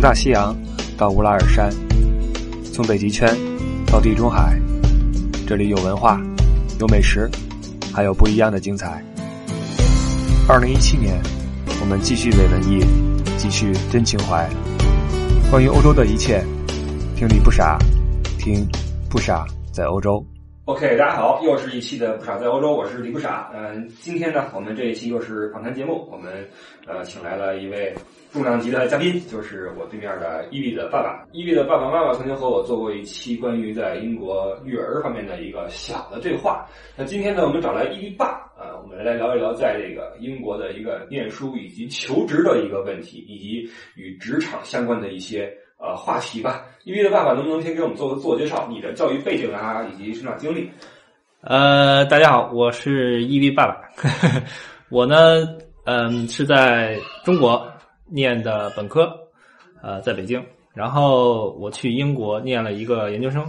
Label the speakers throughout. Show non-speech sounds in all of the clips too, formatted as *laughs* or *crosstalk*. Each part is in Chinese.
Speaker 1: 大西洋到乌拉尔山，从北极圈到地中海，这里有文化，有美食，还有不一样的精彩。二零一七年，我们继续伪文艺，继续真情怀。关于欧洲的一切，听你不傻，听不傻在欧洲。
Speaker 2: OK，大家好，又是一期的不傻在欧洲，我是李不傻。嗯、今天呢，我们这一期又是访谈节目，我们呃请来了一位重量级的嘉宾，就是我对面的伊利的爸爸。伊利的爸爸妈妈曾经和我做过一期关于在英国育儿方面的一个小的对话。那今天呢，我们找来伊利爸，呃，我们来聊一聊在这个英国的一个念书以及求职的一个问题，以及与职场相关的一些呃话题吧。伊利的爸爸能不能先给我们做个自我介绍，你的教育背景啊，以及成长经历？
Speaker 3: 呃，大家好，我是 EV 爸 *laughs* 爸，我呢，嗯，是在中国念的本科，呃，在北京，然后我去英国念了一个研究生，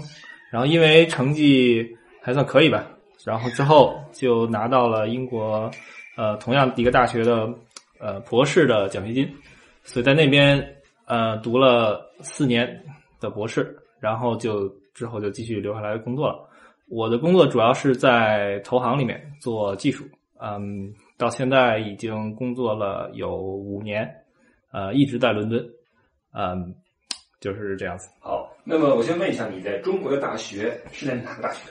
Speaker 3: 然后因为成绩还算可以吧，然后之后就拿到了英国呃同样一个大学的呃博士的奖学金，所以在那边呃读了四年的博士，然后就之后就继续留下来工作了。我的工作主要是在投行里面做技术，嗯，到现在已经工作了有五年，呃，一直在伦敦，嗯，就是这样子。
Speaker 2: 好，那么我先问一下，你在中国的大学是在哪个大学？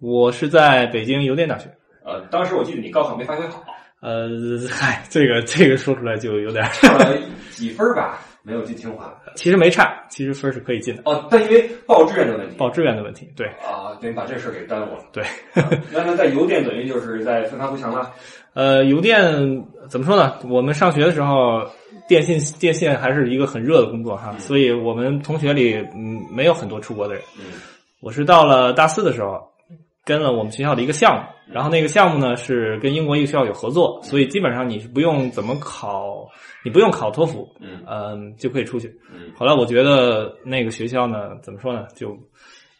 Speaker 3: 我是在北京邮电大学，
Speaker 2: 呃，当时我记得你高考没发挥好，
Speaker 3: 呃，嗨，这个这个说出来就有点儿，
Speaker 2: 差了啊几分儿吧，没有进清华。
Speaker 3: 其实没差，其实分儿是可以进的，
Speaker 2: 哦，但因为报志愿的问题，
Speaker 3: 报志愿的问题，对
Speaker 2: 啊，等于把这事儿给耽误了。啊
Speaker 3: 对。
Speaker 2: 那那在邮电等于就是在分发不详了。
Speaker 3: 呃，邮电怎么说呢？我们上学的时候，电信电线还是一个很热的工作哈，所以我们同学里嗯没有很多出国的人。
Speaker 2: 嗯
Speaker 3: 我是到了大四的时候，跟了我们学校的一个项目，
Speaker 2: 嗯
Speaker 3: 然后那个项目呢是跟英国一个学校有合作，所以基本上你是不用怎么考，你不用考托福，
Speaker 2: 嗯
Speaker 3: 嗯，就可以出去。
Speaker 2: 嗯
Speaker 3: 后来我觉得那个学校呢，怎么说呢，就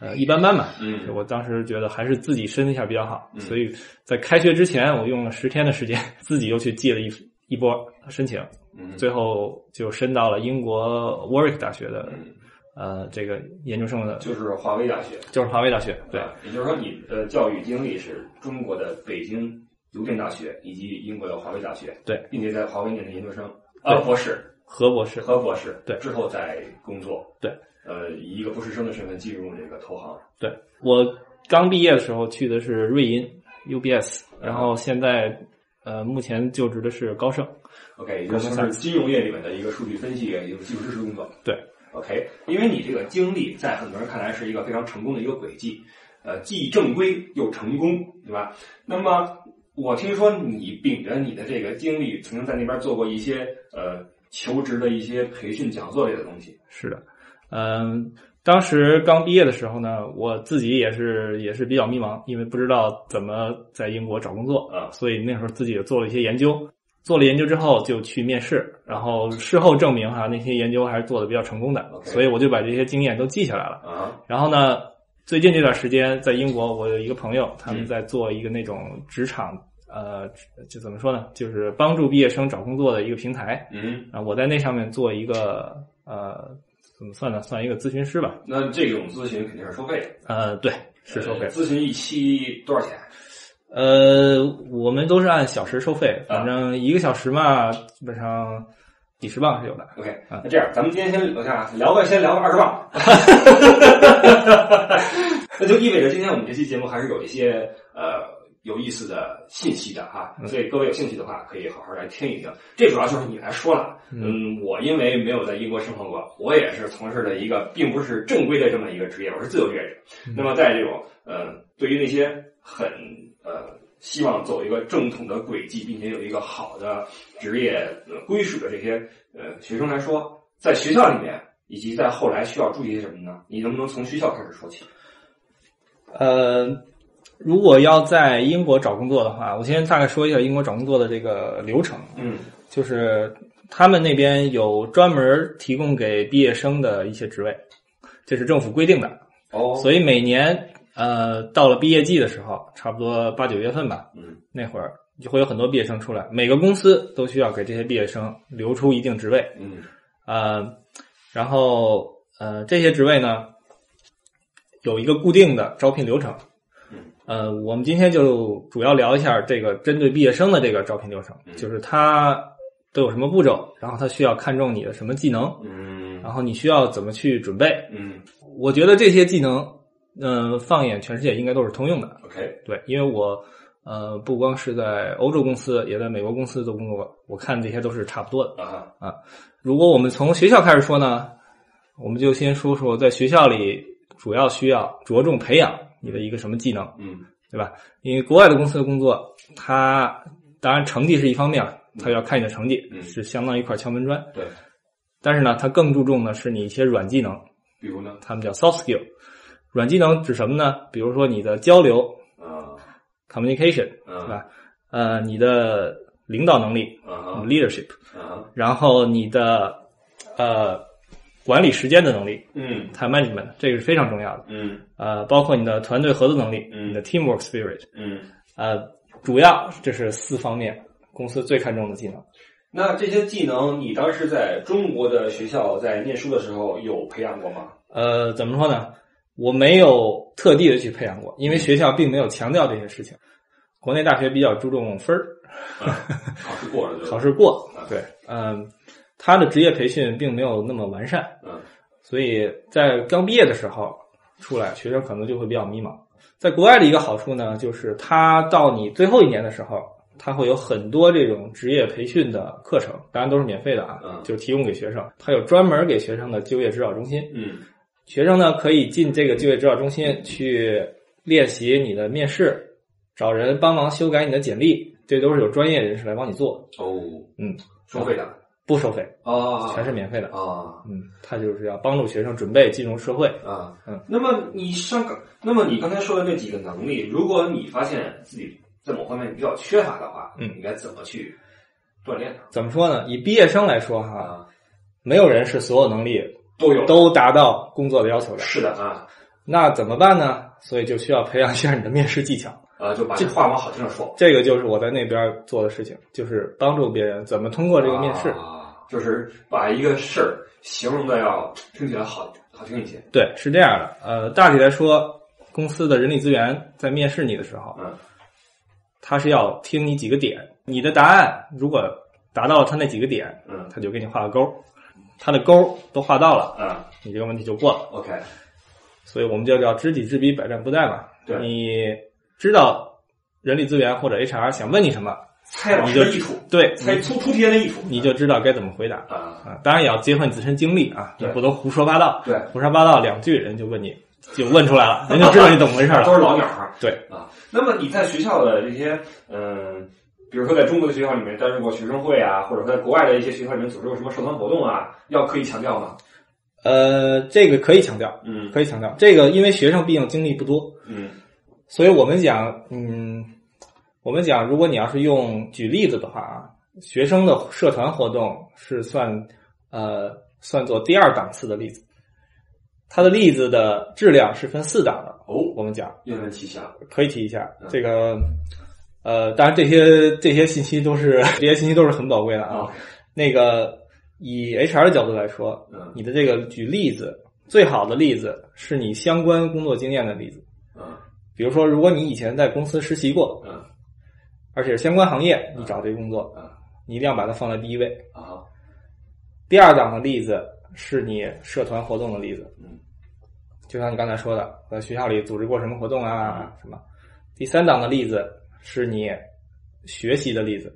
Speaker 3: 呃一般般吧，
Speaker 2: 嗯，
Speaker 3: 我当时觉得还是自己申一下比较好，
Speaker 2: 嗯
Speaker 3: 所以在开学之前，我用了十天的时间，自己又去寄了一一波申请，
Speaker 2: 嗯
Speaker 3: 最后就申到了英国 Warwick 大学的
Speaker 2: 嗯
Speaker 3: 呃这个研究生的，
Speaker 2: 就是华威大学。
Speaker 3: 就是华威大学，对，
Speaker 2: 啊，也就是说你的教育经历是中国的北京邮电大学以及英国的华威大学，
Speaker 3: 对，
Speaker 2: 并且在华威念的研究生啊
Speaker 3: 对
Speaker 2: 博士
Speaker 3: 何博士，
Speaker 2: 和博士，
Speaker 3: 对
Speaker 2: 之后再工作，
Speaker 3: 对，
Speaker 2: 呃，以一个博士生的身份进入这个投行，
Speaker 3: 对我刚毕业的时候去的是瑞银 UBS，然后现在呃目前就职的是高盛，
Speaker 2: OK，也就是说是金融业里面的一个数据分析，也就是技术支持工作。
Speaker 3: 对
Speaker 2: ，OK，因为你这个经历在很多人看来是一个非常成功的一个轨迹，呃，既正规又成功，对吧？那么我听说你秉着你的这个经历，曾经在那边做过一些呃求职的一些培训讲座类的东西。
Speaker 3: 是的，嗯，当时刚毕业的时候呢，我自己也是也是比较迷茫，因为不知道怎么在英国找工作
Speaker 2: 啊
Speaker 3: 所以那时候自己也做了一些研究。做了研究之后就去面试，然后事后证明哈、那些研究还是做的比较成功的
Speaker 2: OK
Speaker 3: 所以我就把这些经验都记下来了。
Speaker 2: 啊，
Speaker 3: 然后呢，最近这段时间在英国，我有一个朋友，他
Speaker 2: 嗯
Speaker 3: 们在做一个那种职场呃，就怎么说呢，就是帮助毕业生找工作的一个平台。
Speaker 2: 嗯，
Speaker 3: 啊，我在那上面做一个呃，怎么算呢？算一个咨询师吧。
Speaker 2: 那这种咨询肯定是收费的，
Speaker 3: 呃，对，是收费
Speaker 2: 呃。咨询一期多少钱？啊
Speaker 3: 呃，我们都是按小时收费，
Speaker 2: 啊
Speaker 3: 反正一个小时嘛，基本上几十磅是有的。
Speaker 2: OK，、
Speaker 3: 啊
Speaker 2: 那这样，咱们今天先留下，聊个先聊个二十磅， *laughs* 那就意味着今天我们这期节目还是有一些呃有意思的信息的哈，所以各位有兴趣的话，可以好好来听一听。这主要就是你来说了，嗯，我因为没有在英国生活过，我也是从事的一个并不是正规的这么一个职业，我是自由职业者。
Speaker 3: 嗯
Speaker 2: 那么在这种呃，对于那些很呃希望走一个正统的轨迹，并且有一个好的职业、呃、归属的这些呃学生来说，在学校里面以及在后来需要注意些什么呢？你能不能从学校开始说起？
Speaker 3: 呃，如果要在英国找工作的话，我先大概说一下英国找工作的这个流程，
Speaker 2: 嗯
Speaker 3: 就是他们那边有专门提供给毕业生的一些职位，这是政府规定的。
Speaker 2: 哦，
Speaker 3: 所以每年呃到了毕业季的时候，差不多八九月份吧，
Speaker 2: 嗯，
Speaker 3: 那会儿就会有很多毕业生出来，每个公司都需要给这些毕业生留出一定职位，
Speaker 2: 嗯
Speaker 3: 呃，然后呃，这些职位呢有一个固定的招聘流程
Speaker 2: 嗯。
Speaker 3: 呃，我们今天就主要聊一下这个针对毕业生的这个招聘流程
Speaker 2: 嗯，
Speaker 3: 就是它都有什么步骤，然后它需要看重你的什么技能，
Speaker 2: 嗯
Speaker 3: 然后你需要怎么去准备。
Speaker 2: 嗯
Speaker 3: 我觉得这些技能，嗯、放眼全世界应该都是通用的。
Speaker 2: ，OK，
Speaker 3: 对，因为我呃不光是在欧洲公司，也在美国公司做工作过，我看这些都是差不多的。
Speaker 2: 啊哈，
Speaker 3: 如果我们从学校开始说呢，我们就先说说在学校里主要需要着重培养你的一个什么技能，
Speaker 2: 嗯
Speaker 3: 对吧？因为国外的公司的工作，它当然成绩是一方面，它要看你的成绩，
Speaker 2: 嗯
Speaker 3: 是相当于一块敲门砖。
Speaker 2: 对，
Speaker 3: 但是呢，它更注重的是你一些软技能，
Speaker 2: 比如呢，
Speaker 3: 他们叫 soft skill。软技能指什么呢？比如说你的交流
Speaker 2: 啊
Speaker 3: communication，
Speaker 2: 嗯
Speaker 3: 是吧？呃，你的领导能力
Speaker 2: 啊哈
Speaker 3: （leadership），
Speaker 2: 啊哈，
Speaker 3: 然后你的呃管理时间的能力
Speaker 2: 嗯
Speaker 3: （time management），这个是非常重要的。
Speaker 2: 嗯
Speaker 3: 呃，包括你的团队合作能力，
Speaker 2: 嗯
Speaker 3: 你的 teamwork spirit，
Speaker 2: 嗯，
Speaker 3: 呃，主要这是四方面公司最看重的技能。
Speaker 2: 那这些技能你当时在中国的学校在念书的时候有培养过
Speaker 3: *laughs*
Speaker 2: 吗？
Speaker 3: 呃，怎么说呢？我没有特地的去培养过，因为学校并没有强调这些事情。国内大学比较注重分儿，
Speaker 2: 考试过了就
Speaker 3: 考，试过
Speaker 2: 啊，
Speaker 3: 对，嗯、他的职业培训并没有那么完善，
Speaker 2: 嗯
Speaker 3: 所以在刚毕业的时候出来，学生可能就会比较迷茫。在国外的一个好处呢，就是他到你最后一年的时候，他会有很多这种职业培训的课程，当然都是免费的啊
Speaker 2: 嗯，
Speaker 3: 就提供给学生。他有专门给学生的就业指导中心，
Speaker 2: 嗯
Speaker 3: 学生呢可以进这个就业指导中心去练习你的面试，找人帮忙修改你的简历，这都是有专业人士来帮你做，
Speaker 2: 哦，
Speaker 3: 嗯，
Speaker 2: 收费的
Speaker 3: 不收费，
Speaker 2: 啊
Speaker 3: 全是免费的。
Speaker 2: 啊。
Speaker 3: 嗯，他就是要帮助学生准备进入社会。
Speaker 2: 啊，
Speaker 3: 嗯
Speaker 2: 那么你上岗，那么你刚才说的那几个能力，如果你发现自己在某方面比较缺乏的话，
Speaker 3: 嗯
Speaker 2: 你该怎么去锻炼它
Speaker 3: 怎么说呢？以毕业生来说哈，
Speaker 2: 啊？
Speaker 3: 没有人是所有能力
Speaker 2: 都有，
Speaker 3: 都达到工作的要求的。
Speaker 2: 是的啊，
Speaker 3: 那怎么办呢？所以就需要培养一下你的面试技巧。
Speaker 2: 啊，就把这话往好听上说，
Speaker 3: 这个就是我在那边做的事情，就是帮助别人怎么通过这个面试。
Speaker 2: 啊，就是把一个事儿形容的要听起来好好听一些，
Speaker 3: 对，是这样的。呃，大体来说，公司的人力资源在面试你的时候，
Speaker 2: 嗯
Speaker 3: 他是要听你几个点，你的答案如果达到了他那几个点，
Speaker 2: 嗯
Speaker 3: 他就给你画个勾，他的勾都画到了，
Speaker 2: 啊
Speaker 3: 你这个问题就过了。
Speaker 2: ，OK，
Speaker 3: 所以我们就叫知己知彼，百战不殆嘛。
Speaker 2: 对
Speaker 3: 你知道人力资源或者 HR 想问你什么，
Speaker 2: 猜老
Speaker 3: 你
Speaker 2: 师
Speaker 3: 就
Speaker 2: 的意图，
Speaker 3: 对，
Speaker 2: 猜出出题人的意图，
Speaker 3: 你就知道该怎么回答
Speaker 2: 啊，
Speaker 3: 啊。当然也要结合你自身经历啊，你
Speaker 2: 对
Speaker 3: 不能胡说八道，
Speaker 2: 对，
Speaker 3: 胡说八道两句人就问你就问出
Speaker 2: *laughs*
Speaker 3: 来了，人就知道你怎么回事
Speaker 2: 都
Speaker 3: 了。
Speaker 2: 是老鸟儿。
Speaker 3: 对
Speaker 2: 啊，那么你在学校的这些，嗯、比如说在中国的学校里面担任过学生会啊，或者说在国外的一些学校里面组织过什么社团活动啊，要刻意强调吗？
Speaker 3: 呃，这个可以强调，
Speaker 2: 嗯
Speaker 3: 可以强调这个，因为学生毕竟经历不多，
Speaker 2: 嗯
Speaker 3: 所以我们讲，嗯，我们讲，如果你要是用举例子的话啊，学生的社团活动是算呃算作第二档次的例子，它的例子的质量是分四档的。
Speaker 2: 哦，
Speaker 3: 我们讲
Speaker 2: 愿闻其详。
Speaker 3: 可以提一下
Speaker 2: 嗯
Speaker 3: 这个，呃，当然这些这些信息都是 *laughs* 这些信息都是很宝贵的啊。
Speaker 2: 啊，
Speaker 3: 那个以 HR 的角度来说，
Speaker 2: 嗯
Speaker 3: 你的这个举例子最好的例子是你相关工作经验的例子。
Speaker 2: 嗯
Speaker 3: 比如说，如果你以前在公司实习过，
Speaker 2: 嗯
Speaker 3: 而且是相关行业，你找这个工作，
Speaker 2: 嗯
Speaker 3: 你一定要把它放在第一位。
Speaker 2: 啊，
Speaker 3: 第二档的例子是你社团活动的例子，
Speaker 2: 嗯
Speaker 3: 就像你刚才说的，在学校里组织过什么活动
Speaker 2: 嗯
Speaker 3: 啊，什么。第三档的例子是你学习的例子，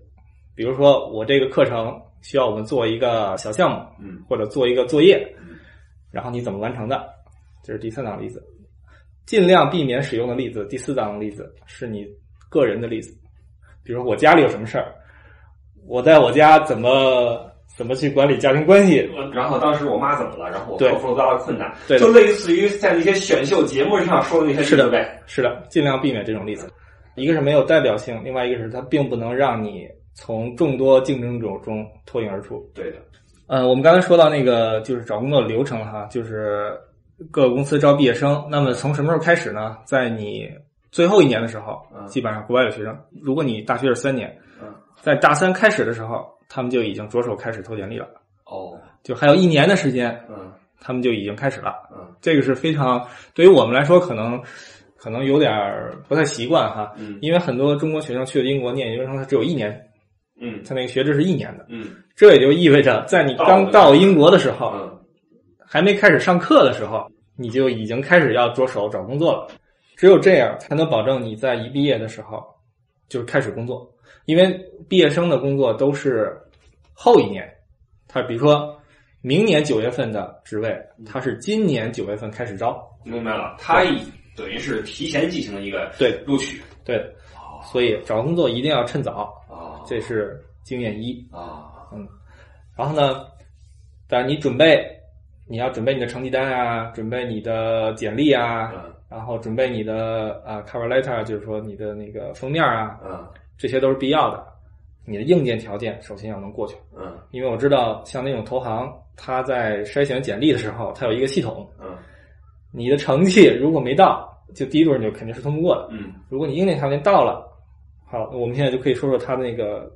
Speaker 3: 比如说我这个课程需要我们做一个小项目
Speaker 2: 嗯
Speaker 3: 或者做一个作业
Speaker 2: 嗯，
Speaker 3: 然后你怎么完成的，这是第三档例子。尽量避免使用的例子，第四档例子是你个人的例子，比如说我家里有什么事儿，我在我家怎么怎么去管理家庭关系，
Speaker 2: 我然后当时我妈怎么了？然后我
Speaker 3: 对
Speaker 2: 克服了多大的困难？
Speaker 3: 对的
Speaker 2: 就类似于在那些选秀节目上说的那些
Speaker 3: 是的
Speaker 2: 例子呗。
Speaker 3: 是的，尽量避免这种例子。一个是没有代表性，另外一个是它并不能让你从众多竞争者中脱颖而出。
Speaker 2: 对的，
Speaker 3: 呃，我们刚才说到那个就是找工作的流程哈，就是各个公司招毕业生。那么从什么时候开始呢？在你最后一年的时候
Speaker 2: 嗯，
Speaker 3: 基本上国外的学生，如果你大学是三年
Speaker 2: 嗯，
Speaker 3: 在大三开始的时候，他们就已经着手开始投简历了。
Speaker 2: 哦，
Speaker 3: 就还有一年的时间，
Speaker 2: 嗯
Speaker 3: 他们就已经开始了。
Speaker 2: 嗯
Speaker 3: 这个是非常对于我们来说，可能可能有点儿不太习惯哈，
Speaker 2: 嗯
Speaker 3: 因为很多中国学生去了英国念研究生，他只有一年，
Speaker 2: 嗯
Speaker 3: 他那个学制是一年的，
Speaker 2: 嗯
Speaker 3: 这也就意味着在你刚到英国的时候，
Speaker 2: 嗯
Speaker 3: 还没开始上课的时候，你就已经开始要着手找工作了。只有这样，才能保证你在一毕业的时候就开始工作，因为毕业生的工作都是后一年，他比如说明年九月份的职位，他是今年九月份开始招，
Speaker 2: 明白了，他已等于是提前进行了一个
Speaker 3: 对
Speaker 2: 录取哦
Speaker 3: 对的，所以找工作一定要趁早，
Speaker 2: 啊
Speaker 3: 这是经验一。
Speaker 2: 啊
Speaker 3: 然后呢，但是你准备，你要准备你的成绩单啊，准备你的简历啊，
Speaker 2: 嗯
Speaker 3: 然后准备你的啊、cover letter，就是说你的那个封面啊，
Speaker 2: 嗯
Speaker 3: 这些都是必要的。你的硬件条件首先要能过去，
Speaker 2: 嗯
Speaker 3: 因为我知道像那种投行，他在筛选简历的时候，他有一个系统，
Speaker 2: 嗯
Speaker 3: 你的成绩如果没到，就第一轮你就肯定是通不过的。
Speaker 2: 嗯
Speaker 3: 如果你硬件条件到了，好，我们现在就可以说说他那个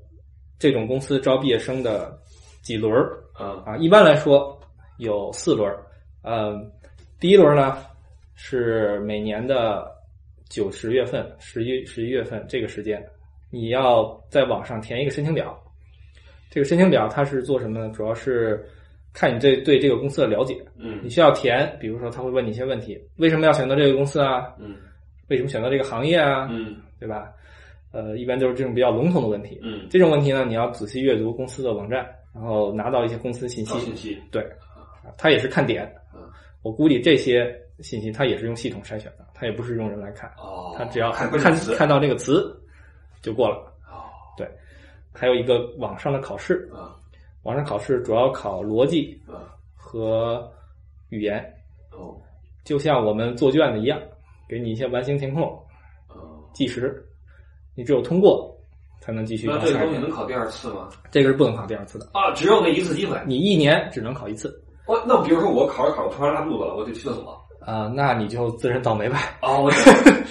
Speaker 3: 这种公司招毕业生的几轮儿
Speaker 2: 嗯
Speaker 3: 啊。一般来说有四轮儿，嗯，第一轮呢是每年的九十月份、十一十一月份这个时间，你要在网上填一个申请表。这个申请表它是做什么呢？主要是看你这对这个公司的了解，你
Speaker 2: 嗯
Speaker 3: 需要填，比如说他会问你一些问题，为什么要选择这个公司啊？
Speaker 2: 嗯
Speaker 3: 为什么选择这个行业啊？
Speaker 2: 嗯
Speaker 3: 对吧？呃，一般就是这种比较笼统的问题。
Speaker 2: 嗯，
Speaker 3: 这种问题呢，你要仔细阅读公司的网站，然后拿到一些公司信息
Speaker 2: 找。哦信息
Speaker 3: 对，啊它也是看点
Speaker 2: 嗯。
Speaker 3: 我估计这些信息它也是用系统筛选的，它也不是用人来看，
Speaker 2: 哦，
Speaker 3: 它只要
Speaker 2: 看
Speaker 3: 看
Speaker 2: 关键词
Speaker 3: 看到这个词就过了。
Speaker 2: 哦
Speaker 3: 还有一个网上的考试，
Speaker 2: 嗯
Speaker 3: 网上考试主要考逻辑
Speaker 2: 嗯
Speaker 3: 和语言，
Speaker 2: 哦
Speaker 3: 就像我们做卷子一样，给你一些完形填空、
Speaker 2: 哦，
Speaker 3: 计时，你只有通过才能继续
Speaker 2: 那
Speaker 3: 往
Speaker 2: 这个
Speaker 3: 下
Speaker 2: 东
Speaker 3: 一
Speaker 2: 西
Speaker 3: 个。
Speaker 2: 能考第二次吗？
Speaker 3: 这个是不能考第二次的。
Speaker 2: 啊，只有那一次机会。
Speaker 3: 你一年只能考一次
Speaker 2: 我哦那比如说我考着考着突然拉肚子了，我得去厕所。
Speaker 3: 啊、那你就自认倒霉吧。
Speaker 2: 哦， *laughs* 我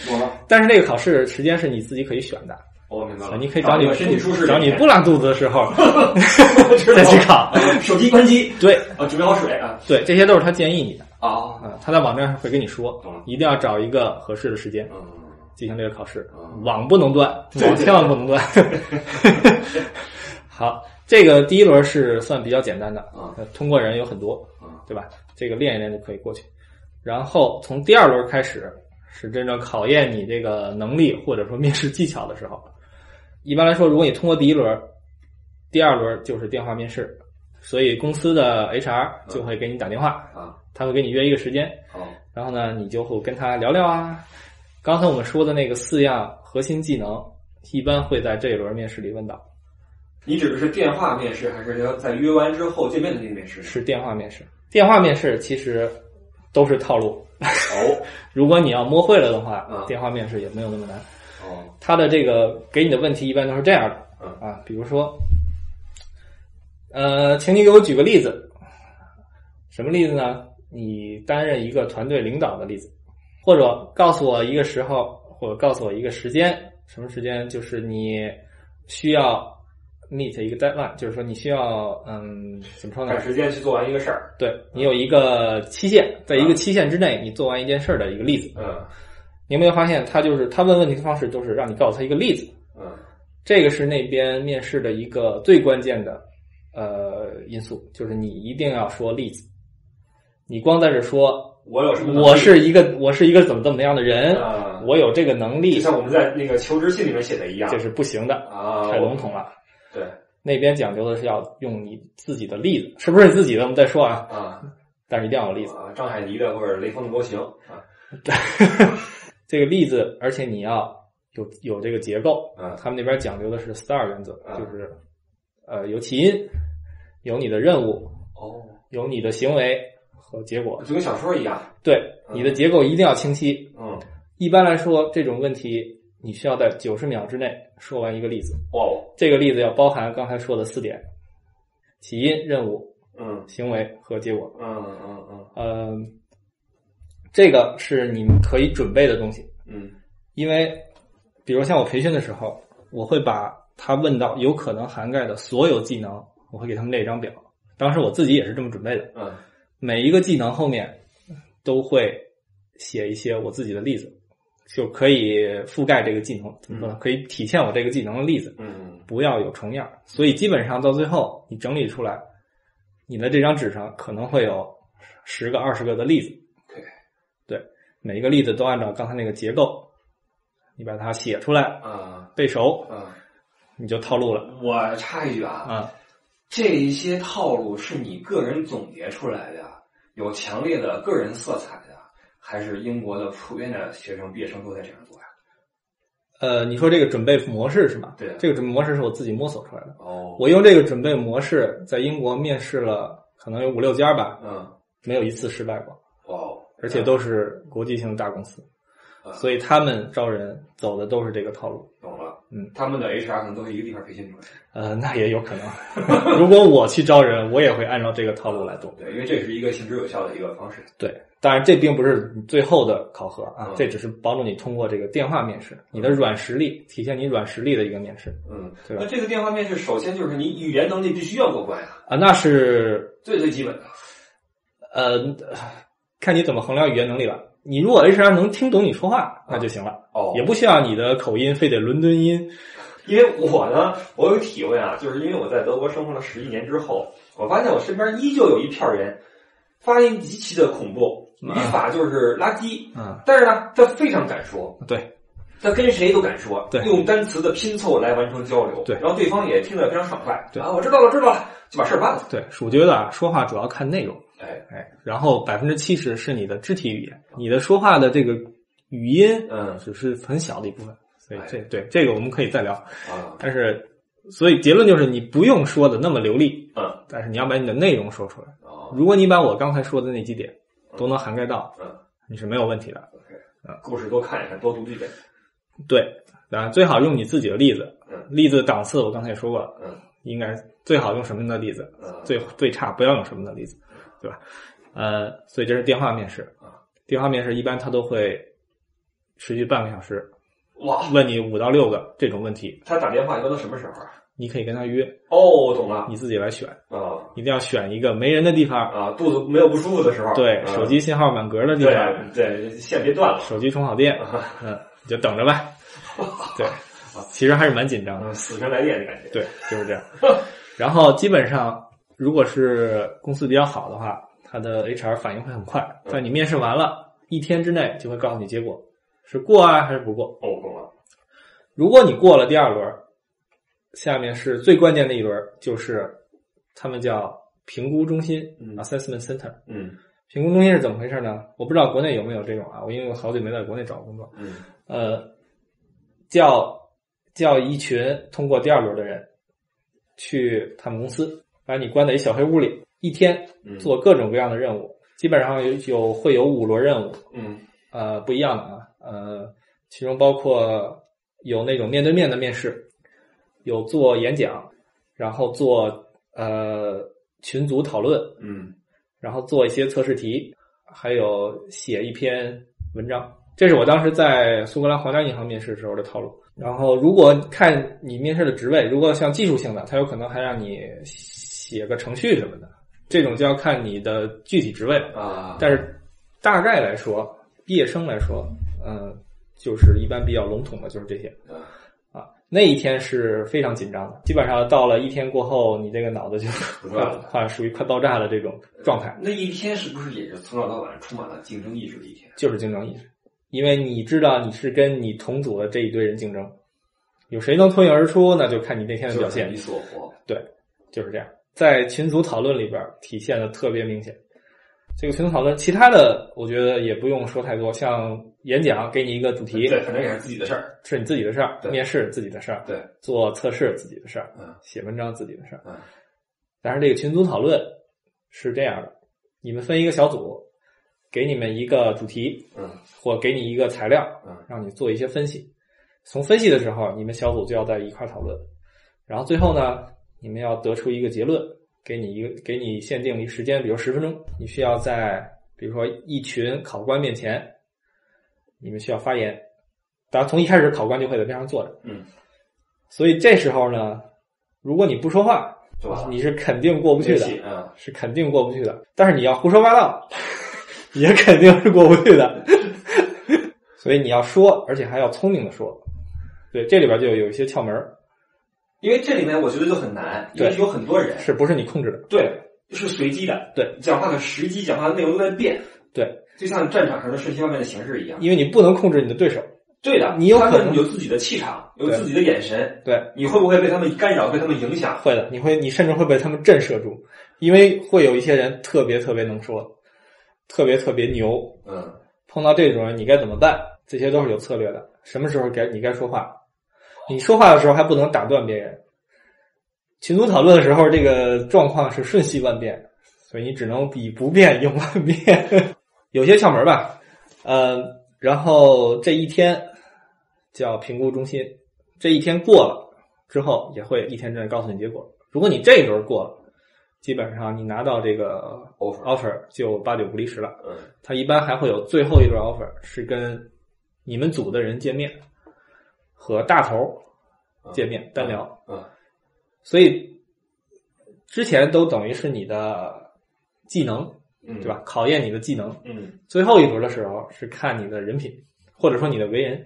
Speaker 2: 懂了，
Speaker 3: 但是这个考试时间是你自己可以选的，
Speaker 2: 我明白了。
Speaker 3: 你可以找你
Speaker 2: 个身体舒适，
Speaker 3: 找你不拉肚子的
Speaker 2: *laughs*
Speaker 3: 时候
Speaker 2: 再
Speaker 3: 再去考。
Speaker 2: 呃
Speaker 3: *laughs*
Speaker 2: 手机关机
Speaker 3: 对
Speaker 2: 啊，准备好水啊。
Speaker 3: 对，这些都是他建议你的
Speaker 2: 哦，
Speaker 3: 啊、他在网站上会跟你说
Speaker 2: 懂了，
Speaker 3: 一定要找一个合适的时间
Speaker 2: 嗯
Speaker 3: 进行这个考试，
Speaker 2: 嗯
Speaker 3: 网不能断，
Speaker 2: 对
Speaker 3: 网千万不能断。
Speaker 2: *laughs*
Speaker 3: 好，这个第一轮是算比较简单的，
Speaker 2: 啊
Speaker 3: 呃通过人有很多，
Speaker 2: 啊
Speaker 3: 对吧？这个练一练就可以过去。然后从第二轮开始是真正考验你这个能力或者说面试技巧的时候。一般来说，如果你通过第一轮，第二轮就是电话面试，所以公司的 HR 就会给你打电话，
Speaker 2: 啊
Speaker 3: 他会给你约一个时间，
Speaker 2: 哦
Speaker 3: 然后呢，你就会跟他聊聊啊。刚才我们说的那个四样核心技能，一般会在这一轮面试里问到，
Speaker 2: 你指的是电话面试，还是要在约完之后见面的那个面试？
Speaker 3: 是电话面试。电话面试其实都是套路，
Speaker 2: 哦
Speaker 3: 如果你要摸会了的话，
Speaker 2: 嗯
Speaker 3: 电话面试也没有那么难。
Speaker 2: 哦
Speaker 3: 他的这个给你的问题一般都是这样的，
Speaker 2: 嗯
Speaker 3: 啊，比如说，呃，请你给我举个例子，什么例子呢？你担任一个团队领导的例子，或者告诉我一个时候，或者告诉我一个时间，什么时间？就是你需要 meet 一个 deadline，就是说你需要嗯，怎么说呢
Speaker 2: 赶？时间去做完一个事儿。
Speaker 3: 对你有一个期限，在一个期限之内，你做完一件事儿的一个例子。
Speaker 2: 嗯
Speaker 3: 你有没有发现，他就是他问问题的方式，就是让你告诉他一个例子。
Speaker 2: 嗯
Speaker 3: 这个是那边面试的一个最关键的呃因素，就是你一定要说例子。你光在这说，
Speaker 2: 我有什么能力？
Speaker 3: 我是一个我是一个怎么怎么样的人，
Speaker 2: 啊，
Speaker 3: 我有这个能
Speaker 2: 就
Speaker 3: 力，
Speaker 2: 像我们在那个求职信里面写的一样
Speaker 3: 这是不行的，
Speaker 2: 啊，
Speaker 3: 太
Speaker 2: 我
Speaker 3: 笼统了。
Speaker 2: 对
Speaker 3: 那边讲究的是要用你自己的例子，是不是你自己的？我们再说啊，
Speaker 2: 啊
Speaker 3: 但是一定要有例子。 *laughs*
Speaker 2: 啊，张海迪的或者雷锋的都行啊。
Speaker 3: 这个例子，而且你要有有这个结构，
Speaker 2: 嗯
Speaker 3: 他们那边讲究的是 STAR 原则，
Speaker 2: 啊
Speaker 3: 就是呃有起因，有你的任务，
Speaker 2: 哦，
Speaker 3: 有你的行为和结果。
Speaker 2: 就跟小说一样。
Speaker 3: 对，
Speaker 2: 嗯
Speaker 3: 你的结构一定要清晰。
Speaker 2: 嗯，
Speaker 3: 一般来说，这种问题你需要在九十秒之内说完一个例子。
Speaker 2: 哇哦，
Speaker 3: 这个例子要包含刚才说的四点：起因、任务、
Speaker 2: 嗯
Speaker 3: 行为和结果。
Speaker 2: 嗯嗯嗯
Speaker 3: 呃，这个是你们可以准备的东西。
Speaker 2: 嗯
Speaker 3: 因为比如像我培训的时候，我会把他问到有可能涵盖的所有技能，我会给他们列一张表。当时我自己也是这么准备的，
Speaker 2: 嗯
Speaker 3: 每一个技能后面都会写一些我自己的例子，就可以覆盖这个技能，怎么说呢？可以体现我这个技能的例子，
Speaker 2: 嗯
Speaker 3: 不要有重样儿。所以基本上到最后，你整理出来，你的这张纸上可能会有十个、二十个的例子。
Speaker 2: OK
Speaker 3: 对，每一个例子都按照刚才那个结构，你把它写出来，
Speaker 2: 啊
Speaker 3: 背熟，
Speaker 2: 啊！
Speaker 3: 你就套路了
Speaker 2: 我插一句啊，
Speaker 3: 啊。
Speaker 2: 这一些套路是你个人总结出来的，有强烈的个人色彩的，还是英国的普遍的学生毕业生都在这样做呀？
Speaker 3: 呃，你说这个准备模式是吗？
Speaker 2: 对啊
Speaker 3: 这个准备模式是我自己摸索出来的。
Speaker 2: 哦，
Speaker 3: 我用这个准备模式在英国面试了可能有五六家吧，
Speaker 2: 嗯，
Speaker 3: 没有一次失败过，
Speaker 2: 哇哦，
Speaker 3: 而且都是国际性的大公司，
Speaker 2: 啊
Speaker 3: 所以他们招人走的都是这个套路。
Speaker 2: 懂了，
Speaker 3: 嗯，
Speaker 2: 他们的 HR 可能都是一个地方培训出来的，
Speaker 3: 呃，那也有可能。 *laughs* 如果我去招人，我也会按照这个套路来做。
Speaker 2: 对，因为这是一个行之有效的一个方式。
Speaker 3: 对，当然这并不是你最后的考核啊
Speaker 2: 嗯，
Speaker 3: 这只是帮助你通过这个电话面试，你的软实力，体现你软实力的一个面试
Speaker 2: 嗯，
Speaker 3: 对吧
Speaker 2: 那这个电话面试，首先就是你语言能力必须要过关呀，
Speaker 3: 啊，那是
Speaker 2: 最最基本的。
Speaker 3: 呃，看你怎么衡量语言能力了。你如果 HR 能听懂你说话，那就行了，
Speaker 2: 哦
Speaker 3: 也不需要你的口音非得伦敦音。
Speaker 2: 因为我呢，我有体会啊，就是因为我在德国生活了十一年之后，我发现我身边依旧有一票人，发音极其的恐怖，语
Speaker 3: 啊
Speaker 2: 法就是垃圾，
Speaker 3: 嗯，
Speaker 2: 但是呢，他非常敢说，
Speaker 3: 对，
Speaker 2: 他跟谁都敢说，
Speaker 3: 对
Speaker 2: 用单词的拼凑来完成交流，
Speaker 3: 对
Speaker 2: 然后对方也听得非常爽快，
Speaker 3: 对
Speaker 2: 啊，我知道了，知道了，就把事儿办了，
Speaker 3: 对，我觉得啊，说话主要看内容，
Speaker 2: 哎，
Speaker 3: 哎，然后百分之七十是你的肢体语言，你的说话的这个语音
Speaker 2: 嗯
Speaker 3: 只是很小的一部分。所以
Speaker 2: 哎
Speaker 3: 这对这个我们可以再聊，
Speaker 2: 啊，
Speaker 3: 但是所以结论就是你不用说的那么流利，
Speaker 2: 嗯，
Speaker 3: 但是你要把你的内容说出来。
Speaker 2: 哦，
Speaker 3: 如果你把我刚才说的那几点都能涵盖到，
Speaker 2: 嗯，
Speaker 3: 你是没有问题的。
Speaker 2: 故事多看一看，多读几遍，
Speaker 3: 对，啊，最好用你自己的例子
Speaker 2: 嗯，
Speaker 3: 例子档次我刚才也说过了，
Speaker 2: 嗯，
Speaker 3: 应该最好用什么样的例子，
Speaker 2: 嗯，
Speaker 3: 最最差不要用什么样的例子，对吧？呃，所以这是电话面试
Speaker 2: 啊，
Speaker 3: 电话面试一般它都会持续半个小时，
Speaker 2: 哇，
Speaker 3: 问你五到六个这种问题，
Speaker 2: 他打电话一般都什么时候啊？
Speaker 3: 你可以跟他约，
Speaker 2: 哦，懂了，
Speaker 3: 你自己来选，
Speaker 2: 啊
Speaker 3: 一定要选一个没人的地方，
Speaker 2: 啊，肚子没有不舒服的时候，
Speaker 3: 对，
Speaker 2: 嗯
Speaker 3: 手机信号满格的地
Speaker 2: 对啊
Speaker 3: 方，
Speaker 2: 对，线别断了，
Speaker 3: 手机充好电，嗯，你就等
Speaker 2: *laughs*
Speaker 3: 着吧。对，其实还是蛮紧张的。
Speaker 2: 嗯，死神来电的感觉，
Speaker 3: 对，就是这样。然后基本上，如果是公司比较好的话，他的 HR 反应会很快，
Speaker 2: 嗯
Speaker 3: 在你面试完了一天之内就会告诉你结果是过啊还是不过。
Speaker 2: 哦，懂了，
Speaker 3: 如果你过了第二轮，下面是最关键的一轮，就是他们叫评估中心
Speaker 2: 嗯
Speaker 3: （assessment center）。
Speaker 2: 嗯
Speaker 3: 评估中心是怎么回事呢？我不知道国内有没有这种啊，我因为我好久没在国内找过工作。
Speaker 2: 嗯
Speaker 3: 呃，叫叫一群通过第二轮的人去他们公司，把你关在一小黑屋里，一天
Speaker 2: 嗯，
Speaker 3: 做各种各样的任务，基本上有有会有五轮任务，
Speaker 2: 嗯
Speaker 3: 呃，不一样的啊，呃，其中包括有那种面对面的面试，有做演讲，然后做呃群组讨论，
Speaker 2: 嗯
Speaker 3: 然后做一些测试题，还有写一篇文章。这是我当时在苏格兰皇家银行面试时候的套路。然后，如果看你面试的职位，如果像技术性的，它有可能还让你写个程序什么的，这种就要看你的具体职位了。
Speaker 2: 啊，
Speaker 3: 但是大概来说，毕业生来说，嗯、就是一般比较笼统的就是这些
Speaker 2: 嗯
Speaker 3: 啊。那一天是非常紧张的，基本上到了一天过后，你这个脑子就
Speaker 2: 不
Speaker 3: 快
Speaker 2: 转
Speaker 3: *laughs*
Speaker 2: 了
Speaker 3: 快属于快爆炸的这种状态。
Speaker 2: 那一天是不是也是从早到晚充满了竞争意识的一天？
Speaker 3: 就是竞争意识，因为你知道你是跟你同组的这一堆人竞争，有谁能脱颖而出，那就看你那天的表现
Speaker 2: 你。所活，
Speaker 3: 就是这样，在群组讨论里边体现的特别明显。这个群组讨论，其他的我觉得也不用说太多，像演讲给你一个主题，
Speaker 2: 对，反正也是自己的事儿，
Speaker 3: 是你自己的事儿，
Speaker 2: 对
Speaker 3: 面试自己的事儿，
Speaker 2: 对，
Speaker 3: 做测试自己的事儿，
Speaker 2: 嗯
Speaker 3: 写文章自己的事儿。
Speaker 2: 嗯
Speaker 3: 但是这个群组讨论是这样的，你们分一个小组，给你们一个主题，
Speaker 2: 嗯
Speaker 3: 或给你一个材料，
Speaker 2: 嗯
Speaker 3: 让你做一些分析。从分析的时候，你们小组就要在一块儿讨论，然后最后呢，你们要得出一个结论，给你一个给你限定一个时间，比如十分钟，你需要在比如说一群考官面前，你们需要发言。当然，从一开始考官就会在边上坐着，
Speaker 2: 嗯
Speaker 3: 所以这时候呢，如果你不说话，
Speaker 2: 就完了。
Speaker 3: 你是肯定过不去
Speaker 2: 对
Speaker 3: 的，
Speaker 2: 起嗯，
Speaker 3: 是肯定过不去的。但是你要胡说八道，也肯定是过不去的。 *laughs* 所以你要说，而且还要聪明的说。对，这里边就有一些窍门儿，
Speaker 2: 因为这里面我觉得就很难，因为
Speaker 3: 对
Speaker 2: 有很多人
Speaker 3: 是不是你控制的？
Speaker 2: 对是随机的，
Speaker 3: 对
Speaker 2: 讲话的时机、讲话的内容都在变，
Speaker 3: 对，
Speaker 2: 就像战场上的瞬息万变的形势一样。
Speaker 3: 因为你不能控制你的对手。
Speaker 2: 对的，
Speaker 3: 你有
Speaker 2: 他
Speaker 3: 可
Speaker 2: 们
Speaker 3: 能
Speaker 2: 有自己的气场，有
Speaker 3: 对
Speaker 2: 自己的眼神，
Speaker 3: 对，
Speaker 2: 你会不会被他们干扰、被他们影响？
Speaker 3: 会的，你会，你甚至会被他们震慑住，因为会有一些人特别特别能说，特别特别牛。
Speaker 2: 嗯，
Speaker 3: 碰到这种人，你该怎么办？这些都是有策略的。什么时候该你该说话？你说话的时候还不能打断别人。群组讨论的时候，这个状况是瞬息万变，所以你只能以不变应万变。 *laughs* 有些窍门吧，呃，然后这一天叫评估中心，这一天过了之后，也会一天之内告诉你结果。如果你这一轮过了，基本上你拿到这个
Speaker 2: offer，
Speaker 3: offer 就八九不离十了。
Speaker 2: 嗯，
Speaker 3: 他一般还会有最后一轮 offer 是跟你们组的人见面，和大头见面单聊，
Speaker 2: 嗯，
Speaker 3: 所以之前都等于是你的技能
Speaker 2: 嗯，
Speaker 3: 对？吧？考验你的技能，
Speaker 2: 嗯
Speaker 3: 最后一轮的时候是看你的人品，或者说你的为人，